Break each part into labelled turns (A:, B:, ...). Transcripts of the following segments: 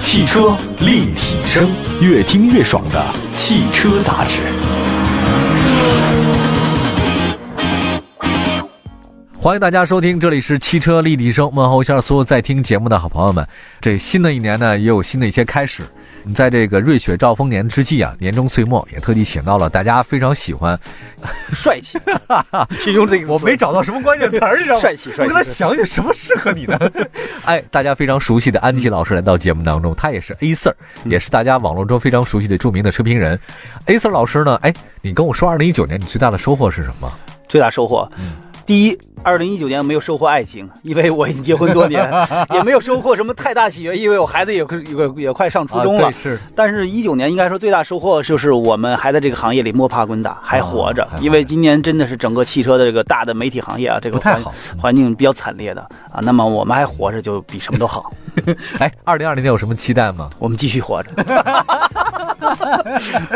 A: 汽车立体声，越听越爽的汽车杂志。
B: 欢迎大家收听，这里是汽车立体声，问候一下所有在听节目的好朋友们。这新的一年呢，也有新的一些开始。在这个瑞雪兆丰年之际啊，年终岁末也特地请到了大家非常喜 欢，
C: 帅 气，
B: 请用这个，我没找到什么关键词儿，你知 道吗？
C: 帅气帅气
B: 我刚才想想什么适合你呢？ 哎，大家非常熟悉的安琪老师来到节目当中，他也是 A Sir，也是大家网络中非常熟悉的著名的车评人。A Sir 老师呢，哎，你跟我说，二零一九年你最大的收获是什么？
C: 最大收获。
B: 嗯
C: 第一，二零一九年没有收获爱情，因为我已经结婚多 年，也没有收获什么太大喜悦，因为我孩子也快也也快上初中了。
B: 啊对是
C: 但是，一九年应该说最大收获就是我们还在这个行业里摸爬滚打，还活着。
B: 啊还活着
C: 因为今年真的是整个汽车的这个大的媒体行业啊，这个
B: 不太
C: 环
B: 好嗯
C: 环境比较惨烈的啊。那么我们还活着，就比什么都好。
B: 哎，二零二零年有什么期待吗？
C: 我们继续活着。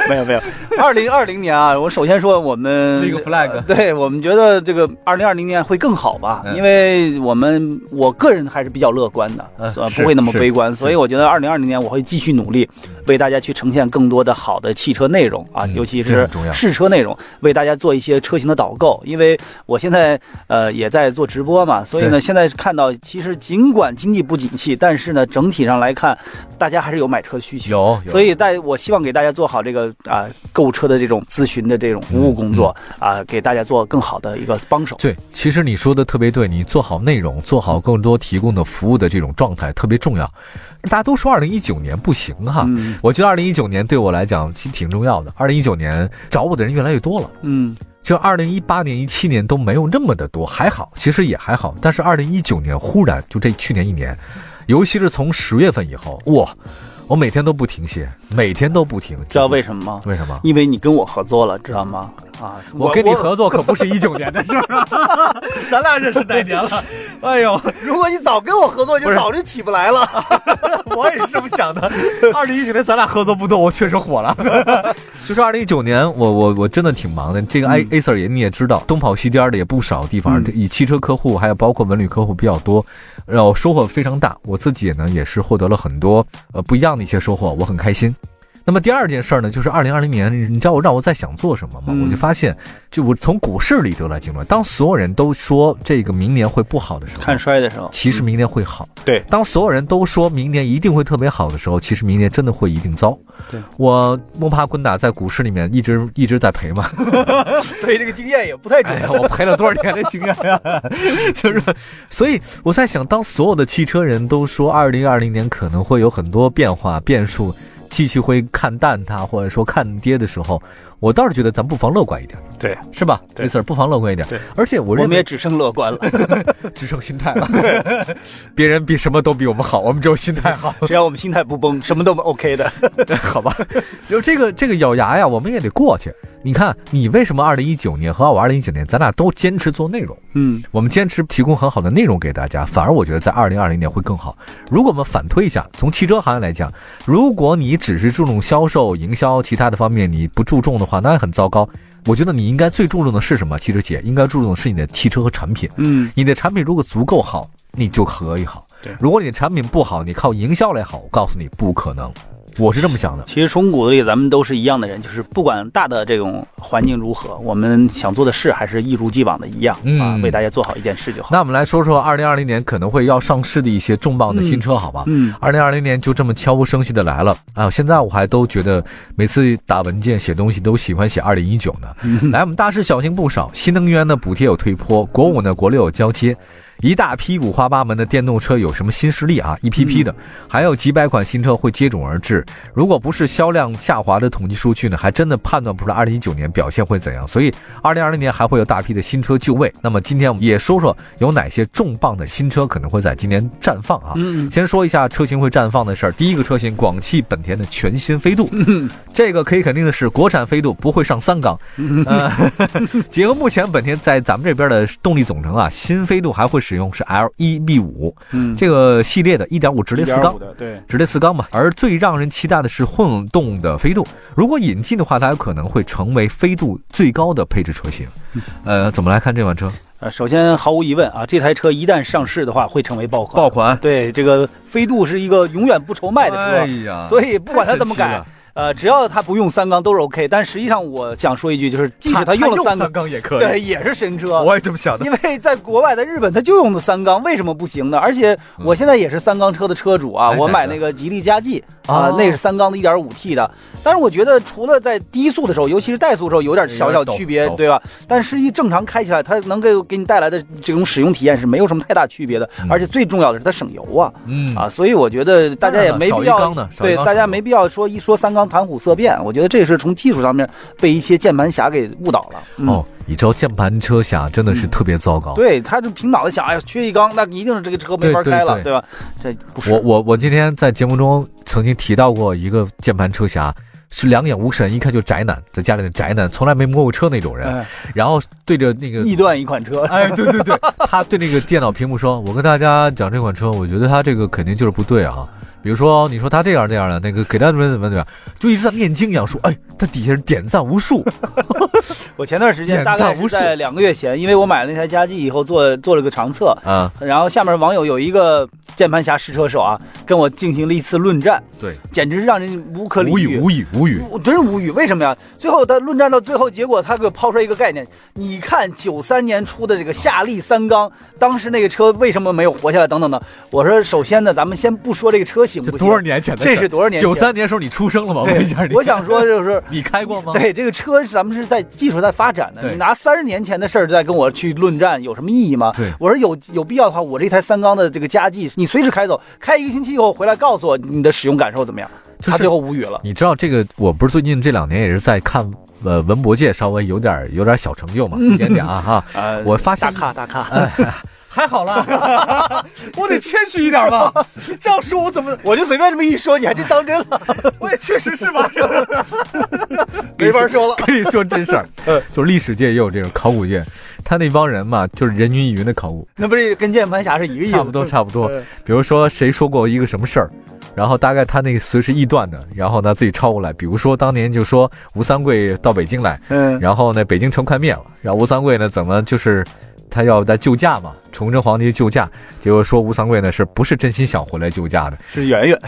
C: 没有没有，二零二零年啊，我首先说我们
B: 立个 flag
C: 呃 对我们觉得这个二零二零年会更好吧，
B: 嗯
C: 因为我们我个人还是比较乐观的，
B: 嗯
C: 所以
B: 是
C: 不会那么
B: 是
C: 悲观，所以我觉得二零二零年我会继续努力，为大家去呈现更多的好的汽车内容啊，
B: 嗯
C: 尤其
B: 这
C: 是
B: 很重要
C: 试车内容，为大家做一些车型的导购，因为我现在呃也在做直播嘛，所以
B: 对
C: 呢，现在看到其实尽管经济不景气，但是呢，整体上来看，大家还是有买车需求。
B: 有，有
C: 所以在我希望给大家做好这个啊、购车的这种咨询的这种服务工作啊、给大家做更好的一个帮手。
B: 对，其实你说的特别对，你做好内容，做好更多提供的服务的这种状态特别重要。大家都说二零一九年不行哈，
C: 嗯
B: 我觉得二零一九年对我来讲其实挺重要的。二零一九年找我的人越来越多了，
C: 嗯，
B: 就二零一八年、一七年都没有那么的多，还好，其实也还好。但是二零一九年忽然就这去年一年，尤其是从十月份以后，哇，我每天都不停歇，每天都不停，
C: 知道为
B: 么？
C: 什么吗？
B: 为什么？
C: 因为你跟我合作了，知道吗？啊，
B: 我跟你合作可不是一九年的事儿啊，咱俩认识哪年了？ 哎呦，
C: 如果你早跟我合作，
B: 不
C: 就是早就起不来了。
B: 我也是这么想的。二零一九年咱俩合作不多，我确实火了。 嗯就是二零一九年，我我我真的挺忙的。这个 A A Sir 也你也知道，东跑西颠的也不少地方
C: 嗯，
B: 以汽车客户还有包括文旅客户比较多，然后收获非常大。我自己也呢也是获得了很多呃不一样的一些收获，我很开心。那么第二件事儿呢，就是二零二零年，你知道我让我在想做什么吗？
C: 嗯
B: 我就发现，就我从股市里得来结论，当所有人都说这个明年会不好的时候，
C: 看衰的时候，
B: 其实明年会好。
C: 嗯对
B: 当所有人都说明年一定会特别好的时候，其实明年真的会一定糟。
C: 对，
B: 我摸爬滚打在股市里面一直一直在赔嘛，
C: 所以这个经验也不太准
B: 哎呀，我赔了多少年的经验呀、 就是，所以我在想，当所有的汽车人都说二零二零年可能会有很多变化变数，继续会看淡它或者说看跌的时候，我倒是觉得咱不妨乐观一点，
C: 对，
B: 是吧？
C: 对
B: 没事儿，不妨乐观一点。
C: 对，
B: 而且我
C: 我
B: 认
C: 们
B: 为
C: 也只剩乐 观了。
B: 只剩心态了， 别人比什么都比我们好，我们只有心态好。
C: 只要我们心态不崩，什么都 OK 的。
B: 好吧，就这个这个咬牙呀，我们也得过去。你看，你为什么二零一九年和我二零一九年，咱俩都坚持做内容，
C: 嗯，
B: 我们坚持提供很好的内容给大家，反而我觉得在二零二零年会更好。如果我们反推一下，从汽车行业来讲，如果你只是注重销售、营销其他的方面，你不注重的话，那很糟糕。我觉得你应该最注重的是什么？汽车企业应该注重的是你的汽车和产品。
C: 嗯，
B: 你的产品如果足够好，你就可以好。
C: 对
B: 如果你的产品不好，你靠营销来好，我告诉你不可能。我是这么想的。
C: 其实从骨子里咱们都是一样的人，就是不管大的这种环境如何，我们想做的事还是一如既往的一样、啊
B: 嗯，
C: 为大家做好一件事就好。
B: 那我们来说说二零二零年可能会要上市的一些重磅的新车，好吧？
C: 嗯，
B: 二零二零年就这么悄无声息的来了啊！现在我还都觉得每次打文件写东西都喜欢写二零一九呢。来，我们大事小情不少，新能源的补贴有退坡，国五呢国六有交接，一大批五花八门的电动车有什么新势力啊？一批批的，还有几百款新车会接踵而至。如果不是销量下滑的统计数据呢，还真的判断不出来二零一九年表现会怎样。所以，二零二零年还会有大批的新车就位。那么今天我们也说说有哪些重磅的新车可能会在今年绽放啊。
C: 嗯
B: 先说一下车型会绽放的事儿。第一个车型，广汽本田的全新飞度，
C: 嗯
B: 这个可以肯定的是，国产飞度不会上三缸。 呃，结合目前本田在咱们这边的动力总成啊，新飞度还会使用是 LEB 五
C: 嗯，
B: 这个系列的1.5直列四缸
C: 1.5。的，对，
B: 直列四缸嘛，而最让人期待的是混动的飞度。如果引进的话，它有可能会成为飞度最高的配置车型。
C: 嗯
B: 呃，怎么来看这款车？
C: 呃，首先毫无疑问啊，这台车一旦上市的话，会成为爆款。
B: 爆款，
C: 对，这个飞度是一个永远不愁卖的车，
B: 哎呀，
C: 所以不管它怎么
B: 太神
C: 改，呃，只要它不用三缸都是 OK。但实际上，我想说一句，就是即
B: 奇了，
C: 使它用了
B: 三
C: 三缸，
B: 缸也可
C: 对，
B: 以，
C: 也是神车。
B: 我也这么想的。
C: 因为在国外，在日本，它就用的三缸，为什么不行呢？而且我现在也是三缸车的车主啊，
B: 嗯哎
C: 我
B: 哪
C: 买
B: 个
C: 那个吉利嘉际
B: 哦
C: 啊，那是三缸的 1.5T 的。但是我觉得，除了在低速的时候，尤其是怠速的时候，有点小小
B: 有点抖
C: 区别
B: 抖，
C: 对吧？但是一正常开起来，它能给给你带来的这种使用体验是没有什么太大区别的
B: 嗯。
C: 而且最重要的是，它省油啊
B: 嗯
C: 啊！所以我觉得大家也没必
B: 少一
C: 要
B: 缸呢少一
C: 对
B: 缸
C: 大
B: 少一
C: 家
B: 缸
C: 没必要说一说三缸谈虎色变。我觉得这是从技术上面被一些键盘侠给误导了。嗯
B: 哦，你知道键盘车侠真的是特别糟糕。
C: 对，他就凭脑子想，哎呀，缺一缸，那一定是这个车没法
B: 对对
C: 开了，
B: 对
C: 吧？这不是
B: 我我我今天在节目中曾经提到过一个键盘车侠，是两眼无神，一看就宅男，在家里的宅男，从来没摸过车那种人。
C: 哎
B: 然后对着那个，
C: 臆断一款车，
B: 哎，对对对， 他对那个电脑屏幕说：“我跟大家讲这款车，我觉得它这个肯定就是不对啊。比如说你说它这样那样的，那个给它怎么怎么怎么样，就一直在念经一样说，哎，它底下是点赞无数。
C: 我前段时间
B: 点
C: 大概
B: 赞无
C: 是
B: 数
C: 在两个月前，因为我买了那台佳绩以后做做了个长测，
B: 啊，
C: 然后下面网友有一个键盘侠试车手啊，跟我进行了一次论战，
B: 对，
C: 简直是让人无可理
B: 无
C: 喻
B: 语。无语无语。
C: 我真是无语，为什么呀？最后他论战到最后，结果他给我抛出来一个概念。你看九三年出的这个夏利三缸，当时那个车为什么没有活下来？等等等。我说，首先呢，咱们先不说这个车行
B: 这
C: 不行，
B: 多少年前的事儿？
C: 这是多少年前？
B: 九三年时候你出生了吗？我问一下你，
C: 我想说就是。
B: 你开过吗？
C: 对这个车，咱们是在技术在发展的。
B: 对
C: 你拿三十年前的事儿再跟我去论战，有什么意义吗？
B: 对
C: 我说有有必要的话，我这台三缸的这个佳绩，你随时开走，开一个星期以后回来告诉我你的使用感受怎么样。
B: 就是
C: 他最后无语了。
B: 你知道这个？我不是最近这两年也是在看，呃，文博界稍微有点有点小成就嘛，一点点啊哈。
C: 嗯 呃
B: 我发现
C: 大咖大咖，
B: 还好啦，我得谦虚一点 吧。你这样说我怎么？
C: 我就随便这么一说，你还真当真了。
B: 我也确实是吧，
C: 没法说了。
B: 跟你说真事 儿，
C: 嗯
B: 就是历史界也有这种，考古界，他那帮人嘛，就是人云亦云的考古，
C: 那不是跟键盘侠是一个意思？
B: 差不多差不多
C: 嗯。
B: 比如说谁说过一个什么事儿，然后大概他那个随时臆断的，然后呢自己抄过来。比如说当年就说吴三桂到北京来。
C: 嗯，
B: 然后呢，北京城快灭了，然后吴三桂呢，怎么就是他要在救驾嘛？崇祯皇帝救驾，结果说吴三桂呢是不是真心想回来救驾的？
C: 是圆圆。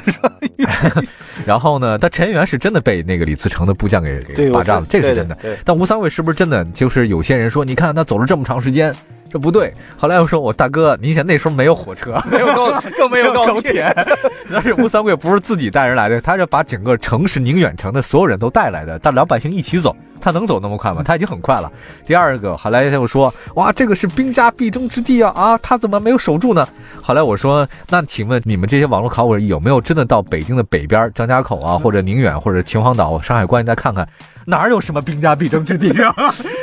B: 然后呢，他陈元是真的被那个李自成的部将给给
C: 对，
B: 霸
C: 我
B: 占了，这个是真的。
C: 对，对
B: 但吴三桂是不是真的？就是有些人说，你看他走了这么长时间，这不对。后来又说，我大哥，您以前那时候没有火车，
C: 没有高， 更没有高铁。
B: 但是吴三桂不是自己带人来的，他是把整个城市宁远城的所有人都带来的，但老百姓一起走，他能走那么快吗？他已经很快了。第二个，后来他又说，哇，这个是兵家必争之地啊啊，他怎么没有守住呢？后来我说，那请问你们这些网络考古人有没有真的到北京的北边张家口啊，或者宁远或者秦皇岛、山海关，你再看看哪儿有什么兵家必争之地啊？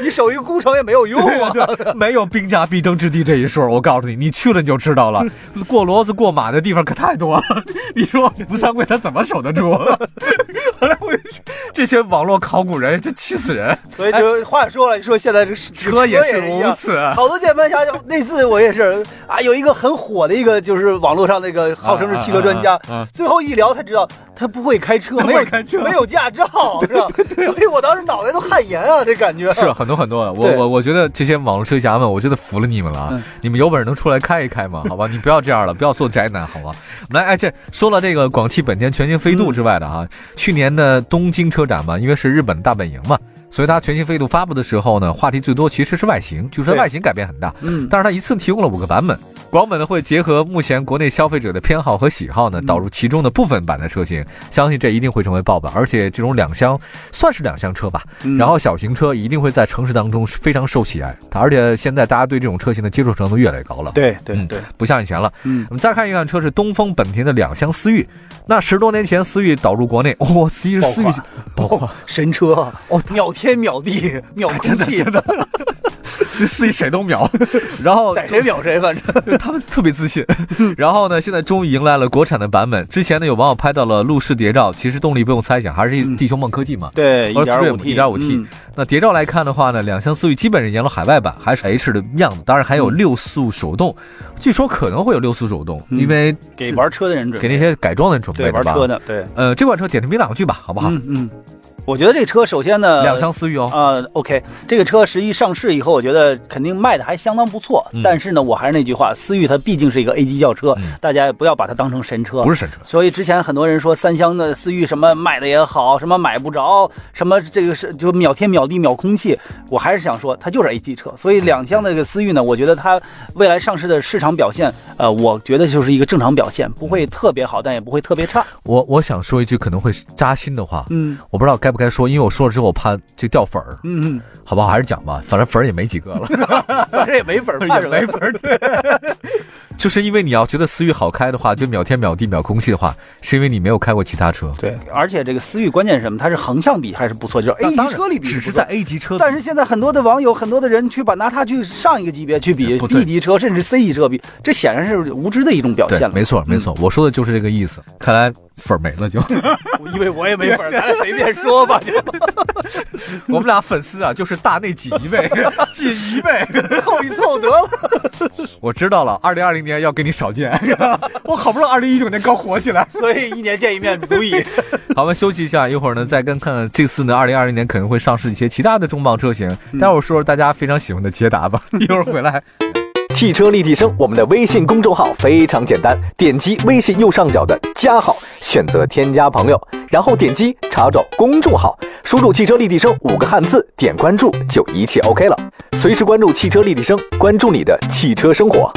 C: 你守一个孤城也没有 用 啊。
B: 没有兵家必争之地这一说，我告诉你，你去了你就知道了。过骡子过马的地方可太多了， 你说吴三桂他怎么守得住？ 后来我就说这些网络考古人，这气死人。
C: 所以就话说了，说现在这个
B: 车也
C: 也
B: 是
C: 一样
B: 如此
C: 好多键盘侠就那次我也是啊，有一个很火的一个，就是网络上那个号称是汽车专家
B: 啊啊啊啊，
C: 最后一聊才知道他不会开车，没
B: 会
C: 有
B: 开车
C: 没有驾照， 是吧？所以我当时脑袋都汗颜啊，这感觉
B: 是很多很多，我
C: 对
B: 我我觉得这些网络车侠们，我真的服了你们了啊！
C: 嗯
B: 你们有本事能出来开一开 吗？好吧，你不要这样了，不要做宅男，好吗？我们来，哎，这说了这个广汽本田全新飞度之外的
C: 嗯
B: 啊，去年的东京车展嘛，因为是日本大本营嘛，所以它全新飞度发布的时候呢，话题最多其实是外形，据说
C: 对
B: 外形改变很大，
C: 嗯，
B: 但是它一次提供了五个版本。广本呢会结合目前国内消费者的偏好和喜好呢，
C: 嗯
B: 导入其中的部分版的车型，相信这一定会成为爆版。而且这种两厢算是两厢车吧，
C: 嗯
B: 然后小型车一定会在城市当中是非常受喜爱，它而且现在大家对这种车型的接受程度越来越高了，
C: 对对
B: 嗯
C: 对，
B: 不像以前了。
C: 嗯
B: 我们再看一款车是东风本田的两厢思域，那十多年前思域导入国内，哇、思域
C: 爆
B: 思域
C: 款
B: 爆款，
C: 神车
B: 哦
C: 秒天秒地秒
B: 真
C: 空
B: 的
C: 气，
B: 真的，自己谁 都秒，然后
C: 逮谁秒谁，反正
B: 对他们特别自 信。然后呢，现在终于迎来了国产的版本。之前呢，有网友拍到了路试谍照，其实动力不用猜想，还
C: 嗯
B: 是地球梦科技嘛。
C: 对
B: 1.5 T
C: 嗯
B: 那谍照来看的话呢，两厢思域基本是沿了海外版，还是 H 的样子，当然还有
C: 嗯
B: 六速手动，据说可能会有六速手动，
C: 嗯
B: 因为
C: 给玩车的人准
B: 给
C: 备，
B: 那些改装的人准备
C: 对
B: 的
C: 玩
B: 吧。
C: 车的，对，
B: 呃，这款车点评两句吧，好不好？
C: 嗯嗯，我觉得这车首先呢，
B: 两厢思域哦，
C: 啊、o k 这个车实际上市以后，我觉得肯定卖的还相当不错。
B: 嗯
C: 但是呢，我还是那句话，思域它毕竟是一个 A 级轿车，
B: 嗯
C: 大家不要把它当成神车。
B: 不是神车。
C: 所以之前很多人说三厢的思域什么卖的也好，什么买不着，什么这个是就秒天秒地秒空气，我还是想说它就是 A 级车。所以两厢的这个思域呢，我觉得它未来上市的市场表现，呃，我觉得就是一个正常表现，不会特别好，但也不会特别差。
B: 我我想说一句可能会扎心的话，
C: 嗯
B: 我不知道该不该说，因为我说了之后我怕这掉粉儿，
C: 嗯嗯，
B: 好不好？还是讲吧，反正粉儿也没几个了，
C: 反正也没 粉儿，怕什么？
B: 粉儿。对，就是因为你要觉得思域好开的话，就秒天秒地秒空气的话，是因为你没有开过其他车。
C: 对，而且这个思域关键是什么？它是横向比还是不错，就是 A
B: 那当
C: 级
B: 然
C: 车里比
B: 只
C: 不
B: 是
C: 错
B: 在 A 级车，
C: 但是现在很多的网友、很多的人去把拿它去上一个级别去比
B: 不对
C: B 级车，甚至 C 级车比，这显然是无知的一种嗯表现
B: 对，
C: 了。
B: 没错没错，我说的就是这个意思。看来粉儿没了就，
C: 因为我也没法，咱俩随便说吧，就
B: 我们俩粉丝啊，就是大内挤一 位，挤一位。
C: 凑一凑得了。
B: 我知道了，二零二零年要给你少见， 我好不容易二零一九年刚火起来。
C: 所以一年见一面不 足以。
B: 好，我们休息一下，一会儿呢再跟看这次呢，二零二零年可能会上市一些其他的重磅车型。待会儿说说大家非常喜欢的捷达吧，一会儿回来。
A: 汽车立体声，我们的微信公众号非常简单，点击微信右上角的加号，选择添加朋友，然后点击查找公众号，输入“汽车立体声”五个汉字，点关注就一切 OK 了。随时关注汽车立体声，关注你的汽车生活。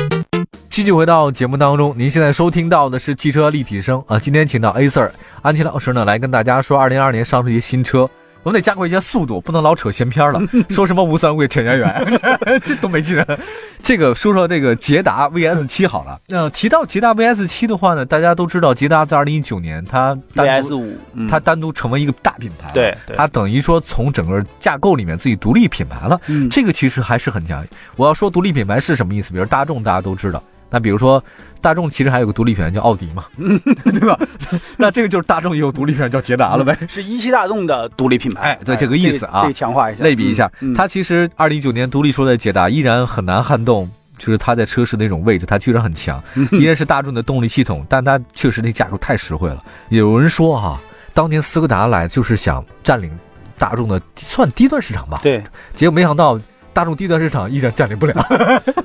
B: 继续回到节目当中，您现在收听到的是汽车立体声啊。今天请到 A Sir 安琪老师呢，来跟大家说二零二年上市一些新车。我们得加快一些速度，不能老扯闲篇了。说什么吴三桂、陈圆圆， 这都没劲。啊这个说说这个捷达 VS 七好了。那、提到捷达 VS 七的话呢，大家都知道捷达在二零一九年它单独
C: VS 五，嗯
B: 它单独成为一个大品牌了，
C: 对对
B: 它等于说从整个架构里面自己独立品牌了，
C: 嗯
B: 这个其实还是很强。我要说独立品牌是什么意思？比如大众，大家都知道。那比如说，大众其实还有个独立品牌叫奥迪 嘛，对吧？那这个就是大众也有独立品牌叫捷达了呗。
C: 嗯是一汽大众的独立品牌
B: 哎，对这个意思啊
C: 这个强化一下，
B: 类比一下，
C: 嗯嗯
B: 它其实二零一九年独立出来的捷达依然很难撼动，就是它在车市的那种位置，它居然很强，
C: 嗯
B: 依然是大众的动力系统，但它确实那价格太实惠了。有人说哈、当年斯柯达来就是想占领大众的算低端市场吧，
C: 对，
B: 结果没想到大众低端市场依然占领不了。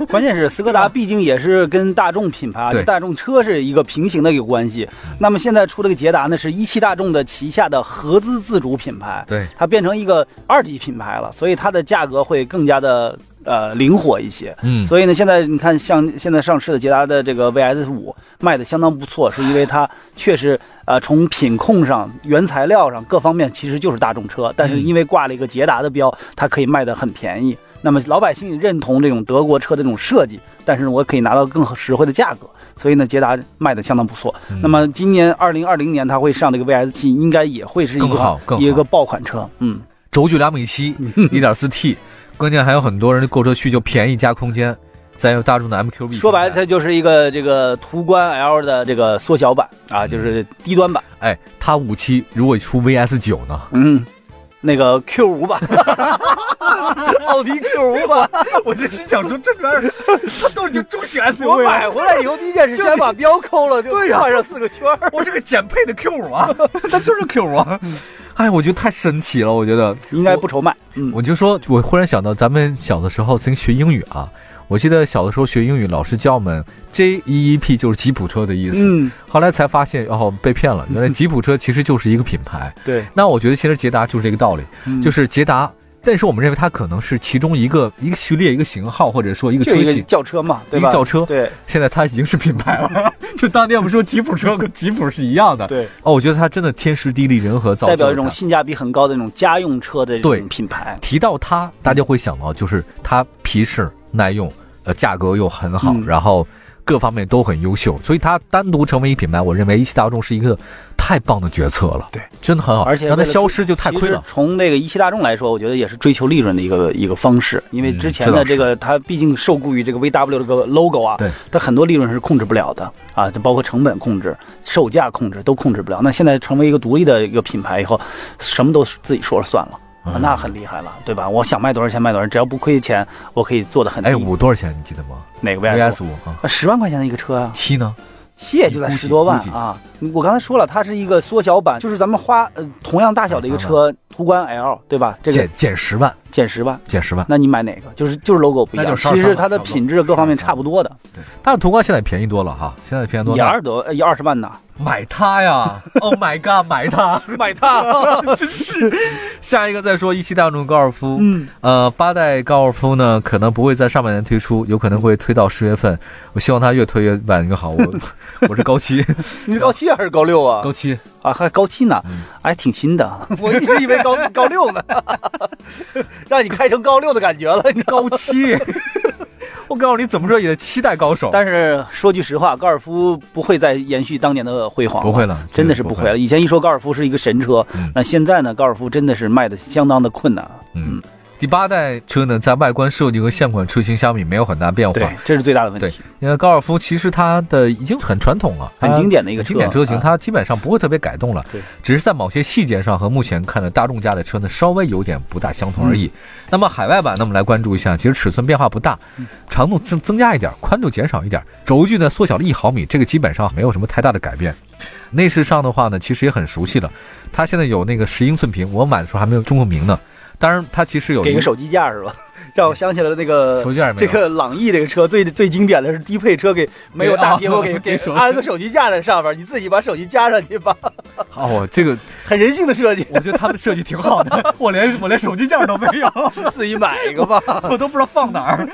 C: 关键是斯柯达毕竟也是跟大众品牌啊、
B: 对
C: 大众车是一个平行的一个关系。那么现在出这个捷达呢，是一汽大众的旗下的合资自主品牌，
B: 对，
C: 它变成一个二级品牌了，所以它的价格会更加的呃灵活一些。
B: 嗯，
C: 所以呢，现在你看，像现在上市的捷达的这个 VS 五卖的相当不错，是因为它确实呃从品控上、原材料上各方面其实就是大众车，但
B: 嗯
C: 是因为挂了一个捷达的标，它可以卖的很便宜。那么老百姓认同这种德国车的这种设计，但是我可以拿到更实惠的价格，所以呢，捷达卖的相当不错。
B: 嗯
C: 那么今年二零二零年它会上这个 VS 七，应该也会是一个
B: 更好更好
C: 一个爆款车。嗯，
B: 轴距两米七，一点四 T，关键还有很多人的购车需求便宜加空间，再有大众的 MQB，
C: 说白了，
B: 平台
C: 它就是一个这个途观 L 的这个缩小版啊，就是低端版。
B: 哎，它五七如果出 VS 九呢？
C: 嗯，那个 Q 五吧，奥迪 Q 五吧，
B: 我就心想说，这边 儿他都已经中型
C: 我
B: SUV
C: 买
B: 了，
C: 回来以后第一件事先把标抠了，对啊呀，画上四个圈儿。
B: 我是个减配的 Q 五 啊，它就是 Q 五啊。哎，我觉得太神奇了，我觉得
C: 应该不愁卖，嗯，
B: 我就说，我忽然想到，咱们小的时候曾经学英语啊，我记得小的时候学英语，老师教我们 J E E P 就是吉普车的意思，
C: 嗯，
B: 后来才发现哦被骗 了，原来吉普车其实就是一个品牌。
C: 对，
B: 那我觉得其实捷达就是这个道理，
C: 嗯
B: 就是是捷达。但是我们认为它可能是其中一个一个序列、一个型号，或者说一个
C: 就
B: 车
C: 一个
B: 型。
C: 轿车嘛，对
B: 一个
C: 吧？
B: 轿车
C: 对
B: 现在它已经是品牌了， 就当年我们说吉普车跟吉普是一样的。
C: 对，
B: 哦，我觉得它真的天时地利人和造就
C: 代
B: 了它
C: 表一种性价比很高的那种家用车的这
B: 对
C: 种品牌，
B: 提到它，大家会想到就是它皮实耐用，呃，价格又很好，
C: 嗯
B: 然后各方面都很优秀，所以它单独成为一品牌，我认为一汽大众是一个太棒的决策了。
A: 对，
B: 真的很好，
C: 而且
B: 让它
C: 为了
B: 消失就太亏
C: 其
B: 了
C: 实。从这个一汽大众来说，我觉得也是追求利润的一个一个方式，因为
B: 嗯
C: 之前的这个它毕竟受雇于这个 VW 的这个 logo 啊，
B: 对，
C: 它很多利润是控制不了的啊，这包括成本控制、售价控制都控制不了。那现在成为一个独立的一个品牌以后，什么都自己说了算了。啊
B: 嗯
C: 那很厉害了，对吧？我想卖多少钱卖多少钱，只要不亏钱，我可以做的很低。
B: 哎，五多少钱你记得吗
C: 哪个 VS？
B: ？VS 五啊，
C: 十万块钱的一个车啊，
B: 七呢？
C: 七也就在
B: 估计
C: 十多万
B: 估计
C: 啊！我刚才说了，它是一个缩小版，就是咱们花呃同样大小的一个车，途观 L 对吧？这个
B: 减减十万，
C: 减十万，
B: 减十万。
C: 那你买哪个？就是就是 logo 不一
B: 那
C: 样，
B: 就是12
C: 其实它
B: 差
C: 的
B: 不多
C: 品质各方面差不多的，
B: 但是途观现在便宜多了哈，现在便宜多
C: 也二
B: 了。
C: 十多呃也二十万呢。
B: 买 它呀！Oh my god，买它！
C: 买它，
B: 下一个再说一汽大众高尔夫。
C: 嗯，
B: 呃，八代高尔夫呢，可能不会在上半年推出，有可能会推到十月份。我希望它越推越晚越好。 我我是高七，
C: 你是高七还是高六啊？
B: 高七，
C: 啊，还高七呢
B: 嗯，
C: 还挺新的。 我一直以为高高六呢， 让你开成高六的感觉了，你知道吗？
B: 高七。 我告诉你，怎么说也七代高手，
C: 但是说句实话，高尔夫不会再延续当年的辉煌，
B: 不会。了，
C: 真的是不会了。。以前一说高尔夫是一个神车，
B: 嗯
C: 那现在呢，高尔夫真的是卖的相当的困难。
B: 嗯，第八代车呢，在外观设计和现款车型相比没有很大变化
C: 对。，这是最大的问
B: 对
C: 题。，
B: 因为高尔夫其实它的已经很传统了，
C: 很经典的一
B: 一
C: 个车，
B: 经典车型，
C: 啊
B: 它基本上不会特别改动了，
C: 对
B: 只是在某些细节上和目前看的大众家的车呢稍微有点不大相同而
C: 嗯
B: 已。那么海外版呢，我们来关注一下，其实尺寸变化不大，
C: 嗯
B: 长度增增加一点，宽度减少一点，轴距呢缩小了一毫米，这个基本上没有什么太大的改变。内饰上的话呢，其实也很熟悉了，它现在有那个十英寸屏，我买的时候还没有中文名呢。当然，它其实有
C: 给
B: 一
C: 个手机架 是吧？让我想起了那个
B: 手机架也没
C: 这
B: 有
C: 个朗逸这个车 最最经典的是低配车给没有大屏幕给
B: 给
C: 给
B: 给手机
C: 安个手机架在上面，你自己把手机加上去吧，
B: 哦，这个
C: 很人性的设计，
B: 我觉得他们设计挺好 的，我连我连手机架都没 有。
C: 自己买一个 吧。
B: 我都不知道放哪儿。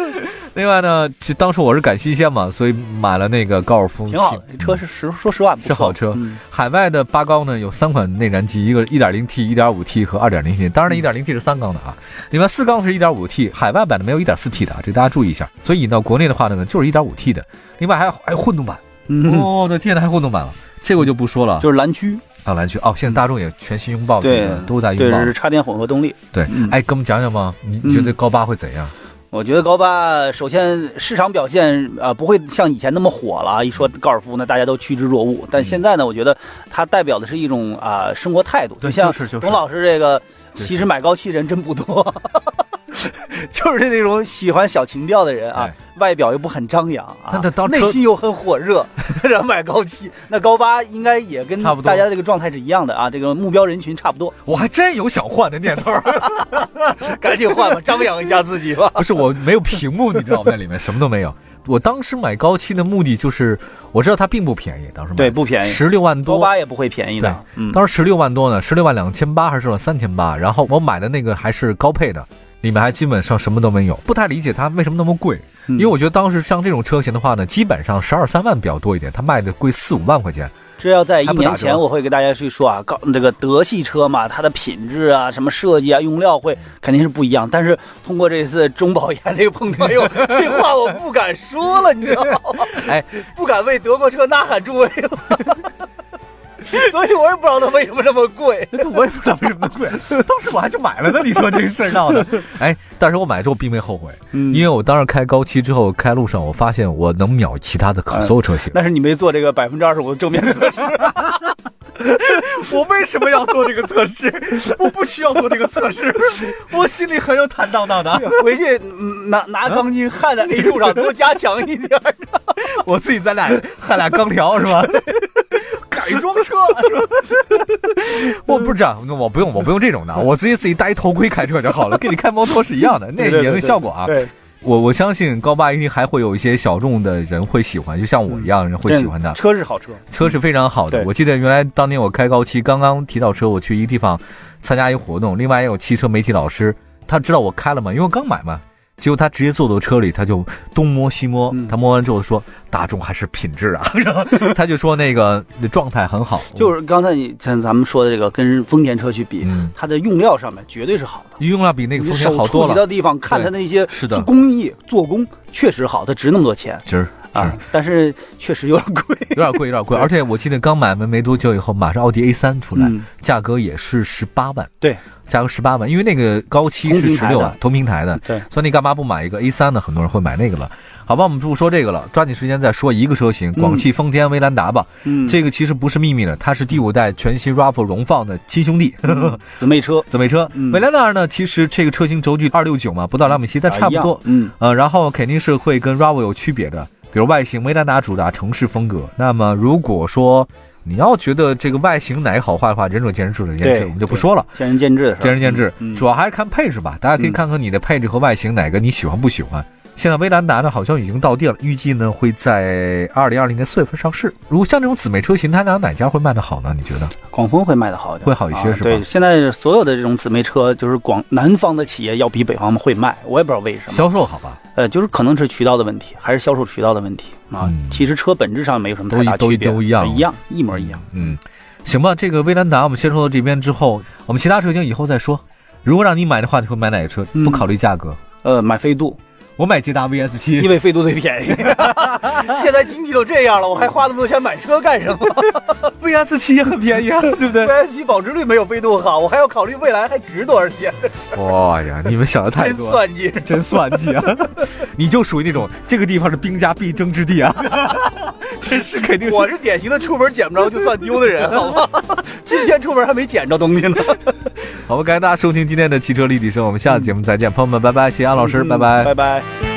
B: 另外呢，就当时我是赶西线嘛，所以买了那个高尔夫，
C: 挺好的，车是实说实话不错
B: 是好车
C: 嗯
B: 海外的八缸呢有三款内燃机，一个 1.0T、1.5T 和 2.0T。当然了，1.0T 是三缸的啊，另外四缸是 1.5T，海外版的没有 1.4T 的啊，这个大家注意一下。所以引到国内的话呢，就是 1.5T 的，另外还有还有混动版。
C: 嗯，
B: 哦，我的天呐，还有混动版了。这个我就不说了，
C: 就是蓝驱，
B: 啊，蓝区哦，现在大众也全新拥抱这
C: 对
B: 个，都在
C: 对，
B: 拥
C: 这。
B: 抱
C: 是插电混合动力。
B: 对
C: 嗯，
B: 哎，给我们讲讲吧，你你觉得高八会怎样？
C: 我觉得高八首先市场表现呃不会像以前那么火了啊，一说高尔夫呢，大家都趋之若鹜。但
B: 嗯
C: 现在呢，我觉得它代表的是一种啊、生活态度，
B: 对
C: 就像
B: 就是就是
C: 董老师这个，
B: 对
C: 其实买高气的人真不多， 就是那种喜欢小情调的人啊
B: 哎，
C: 外表又不很张扬啊
B: 但他当，车
C: 内心又很火 热，然后买高气。那高八应该也跟
B: 差不多
C: 大家这个状态是一样的啊，这个目标人群差不多，
B: 我还真有想换的念头。啊
C: 赶紧 换吧，张扬一下自己吧。
B: 不是我没有屏幕，你知道吗？在里面什么都没有。我当时买高七的目的就是，我知道它并不便宜，当时买
C: 对，不便宜，
B: 十六万
C: 高
B: 多。
C: 八也不会便宜
B: 对
C: 的，嗯。
B: 当时十六万多呢，十六万两千八还是三千八，然后我买的那个还是高配的，里面还基本上什么都没有，不太理解它为什么那么贵。
C: 嗯
B: 因为我觉得当时像这种车型的话呢，基本上十二三万比较多一点，它卖的贵四五万块钱。
C: 这要在一
B: 还不
C: 年
B: 打
C: 前，
B: 折
C: 我会给大家去说啊，高这个德系车嘛，它的品质啊、什么设计啊、用料会肯定是不一样。但是通过这次中保研这个碰撞， 哎呦，这话我不敢说了，你知道吗？
B: 哎，
C: 不敢为德国车呐喊助威 了。所以我也不知道它为什么这么贵。
B: 我也不知道为什么 贵，当时我还就买了呢。你说这事儿闹的， 哎，但是我买之后并没后悔，
C: 嗯
B: 因为我当时开高七之后，开路上我发现我能秒其他的可所有车型。
C: 那是你没做这个百分之二十五的正面测试，
B: 我为什么要做这个测试？我不需要做这个测试，我心里很有坦荡荡的。
C: 回去嗯拿拿钢筋焊在 A 柱上，多加强一点儿。
B: 我自己咱俩焊俩钢条是吧？改装车， 我不是这样，我不用，我不用这种的，我直接自己戴一头盔开车就好了，跟你开摩托是一样的，那也能效果啊。
C: 对，
B: 我我相信高八一定还会有一些小众的人会喜欢，就像我一样人会喜欢它。
C: 车是好车，
B: 车是非常好的。
C: 对
B: 我记得原来当年我开高七，刚刚提到车，我去一个地方参加一个活动，另外也有汽车媒体老师，他知道我开了嘛，因为我刚买嘛。结果他直接坐到车里，他就东摸西摸，
C: 嗯
B: 他摸完之后说：“大众还是品质啊。” 然后他就说那个状态很好，
C: 就是刚才你像咱们说的这个，跟丰田车去比，
B: 嗯，
C: 它的用料上面绝对是好的。
B: 用了比那个
C: 你
B: 丰
C: 手
B: 田好
C: 触
B: 多
C: 及
B: 了，
C: 到地方，看它那些
B: 是的
C: 工艺做工确实好，它值那么多钱。
B: 值
C: 啊，但是确实有点 贵。
B: 有点贵，有点贵。而且我记得刚买完没多久以后，马上奥迪 A 三出来，
C: 嗯
B: 价格也是十八万，
C: 对
B: 价格十八万，因为那个高七
C: 同
B: 是
C: 平
B: 十
C: 台
B: 六
C: 的
B: 万，同平台的，
C: 对，
B: 所以你干嘛不买一个 A 三呢？很多人会买那个了。好吧，我们不说这个了，抓紧时间再说一个车型，广汽丰田威兰达吧。
C: 嗯，
B: 这个其实不是秘密了，它是第五代全新 RAV4 荣放的亲兄弟。
C: 嗯姊妹车
B: 姊妹车，
C: 嗯
B: 威兰达呢，其实这个车型轴距二六九嘛，不到两米七，但差不多
C: 啊。一样嗯，
B: 呃，然后肯定是会跟 RAV 有区别的，比如外形，威兰达主打城市风格。那么如果说你要觉得这个外形哪个好坏的话，仁者见仁，智者见智，
C: 对
B: 我们就不说了，
C: 见仁见智的事儿，
B: 见仁见智。
C: 嗯
B: 主要还是看配置吧，大家可以
C: 嗯
B: 看看你的配置和外形哪个你喜欢不喜欢。现在威兰达呢，好像已经到地了，预计呢会在二零二零年四月份上市。如果像这种姊妹车型，它俩哪家会卖得好呢？你觉得？
C: 广丰会卖的好一点，
B: 会好一些
C: 啊
B: 是吧
C: 对，现在所有的这种姊妹车，就是广南方的企业要比北方会卖，我也不知道为什么。
B: 销售好吧，
C: 呃，就是可能是渠道的问题，还是销售渠道的问题啊。
B: 嗯
C: 其实车本质上没有什么
B: 都
C: 太
B: 一
C: 大
B: 都一
C: 区别，
B: 都一样
C: 一样，一模一样。
B: 嗯，行吧，这个威兰达我们先说到这边之后，我们其他车型以后再说。如果让你买的话，你会买哪个车？
C: 嗯
B: 不考虑价格，
C: 呃，买飞度，
B: 我买捷达 VS
C: 因
B: 七。
C: 为飞度最便宜。现在经济都这样了，我还花那么多钱买车干什么？
B: VS 七也很便宜啊，对不 对？
C: 飞机保值率没有飞度好，我还要考虑未来还值多少钱，
B: 哇呀，你们想的太
C: 真
B: 多了。
C: 算计。
B: 真算计啊！ 你就属于那种这个地方是兵家必争之 地啊，真是肯定是
C: 我是典型的出门捡不着就算丢的人，好吗？今天出门还没捡着东西呢。嗯
B: 好吧，感谢大家收听今天的汽车立体声，我们下次节目再见，朋友们，拜拜，谢谢安老师，拜拜。
C: 拜拜。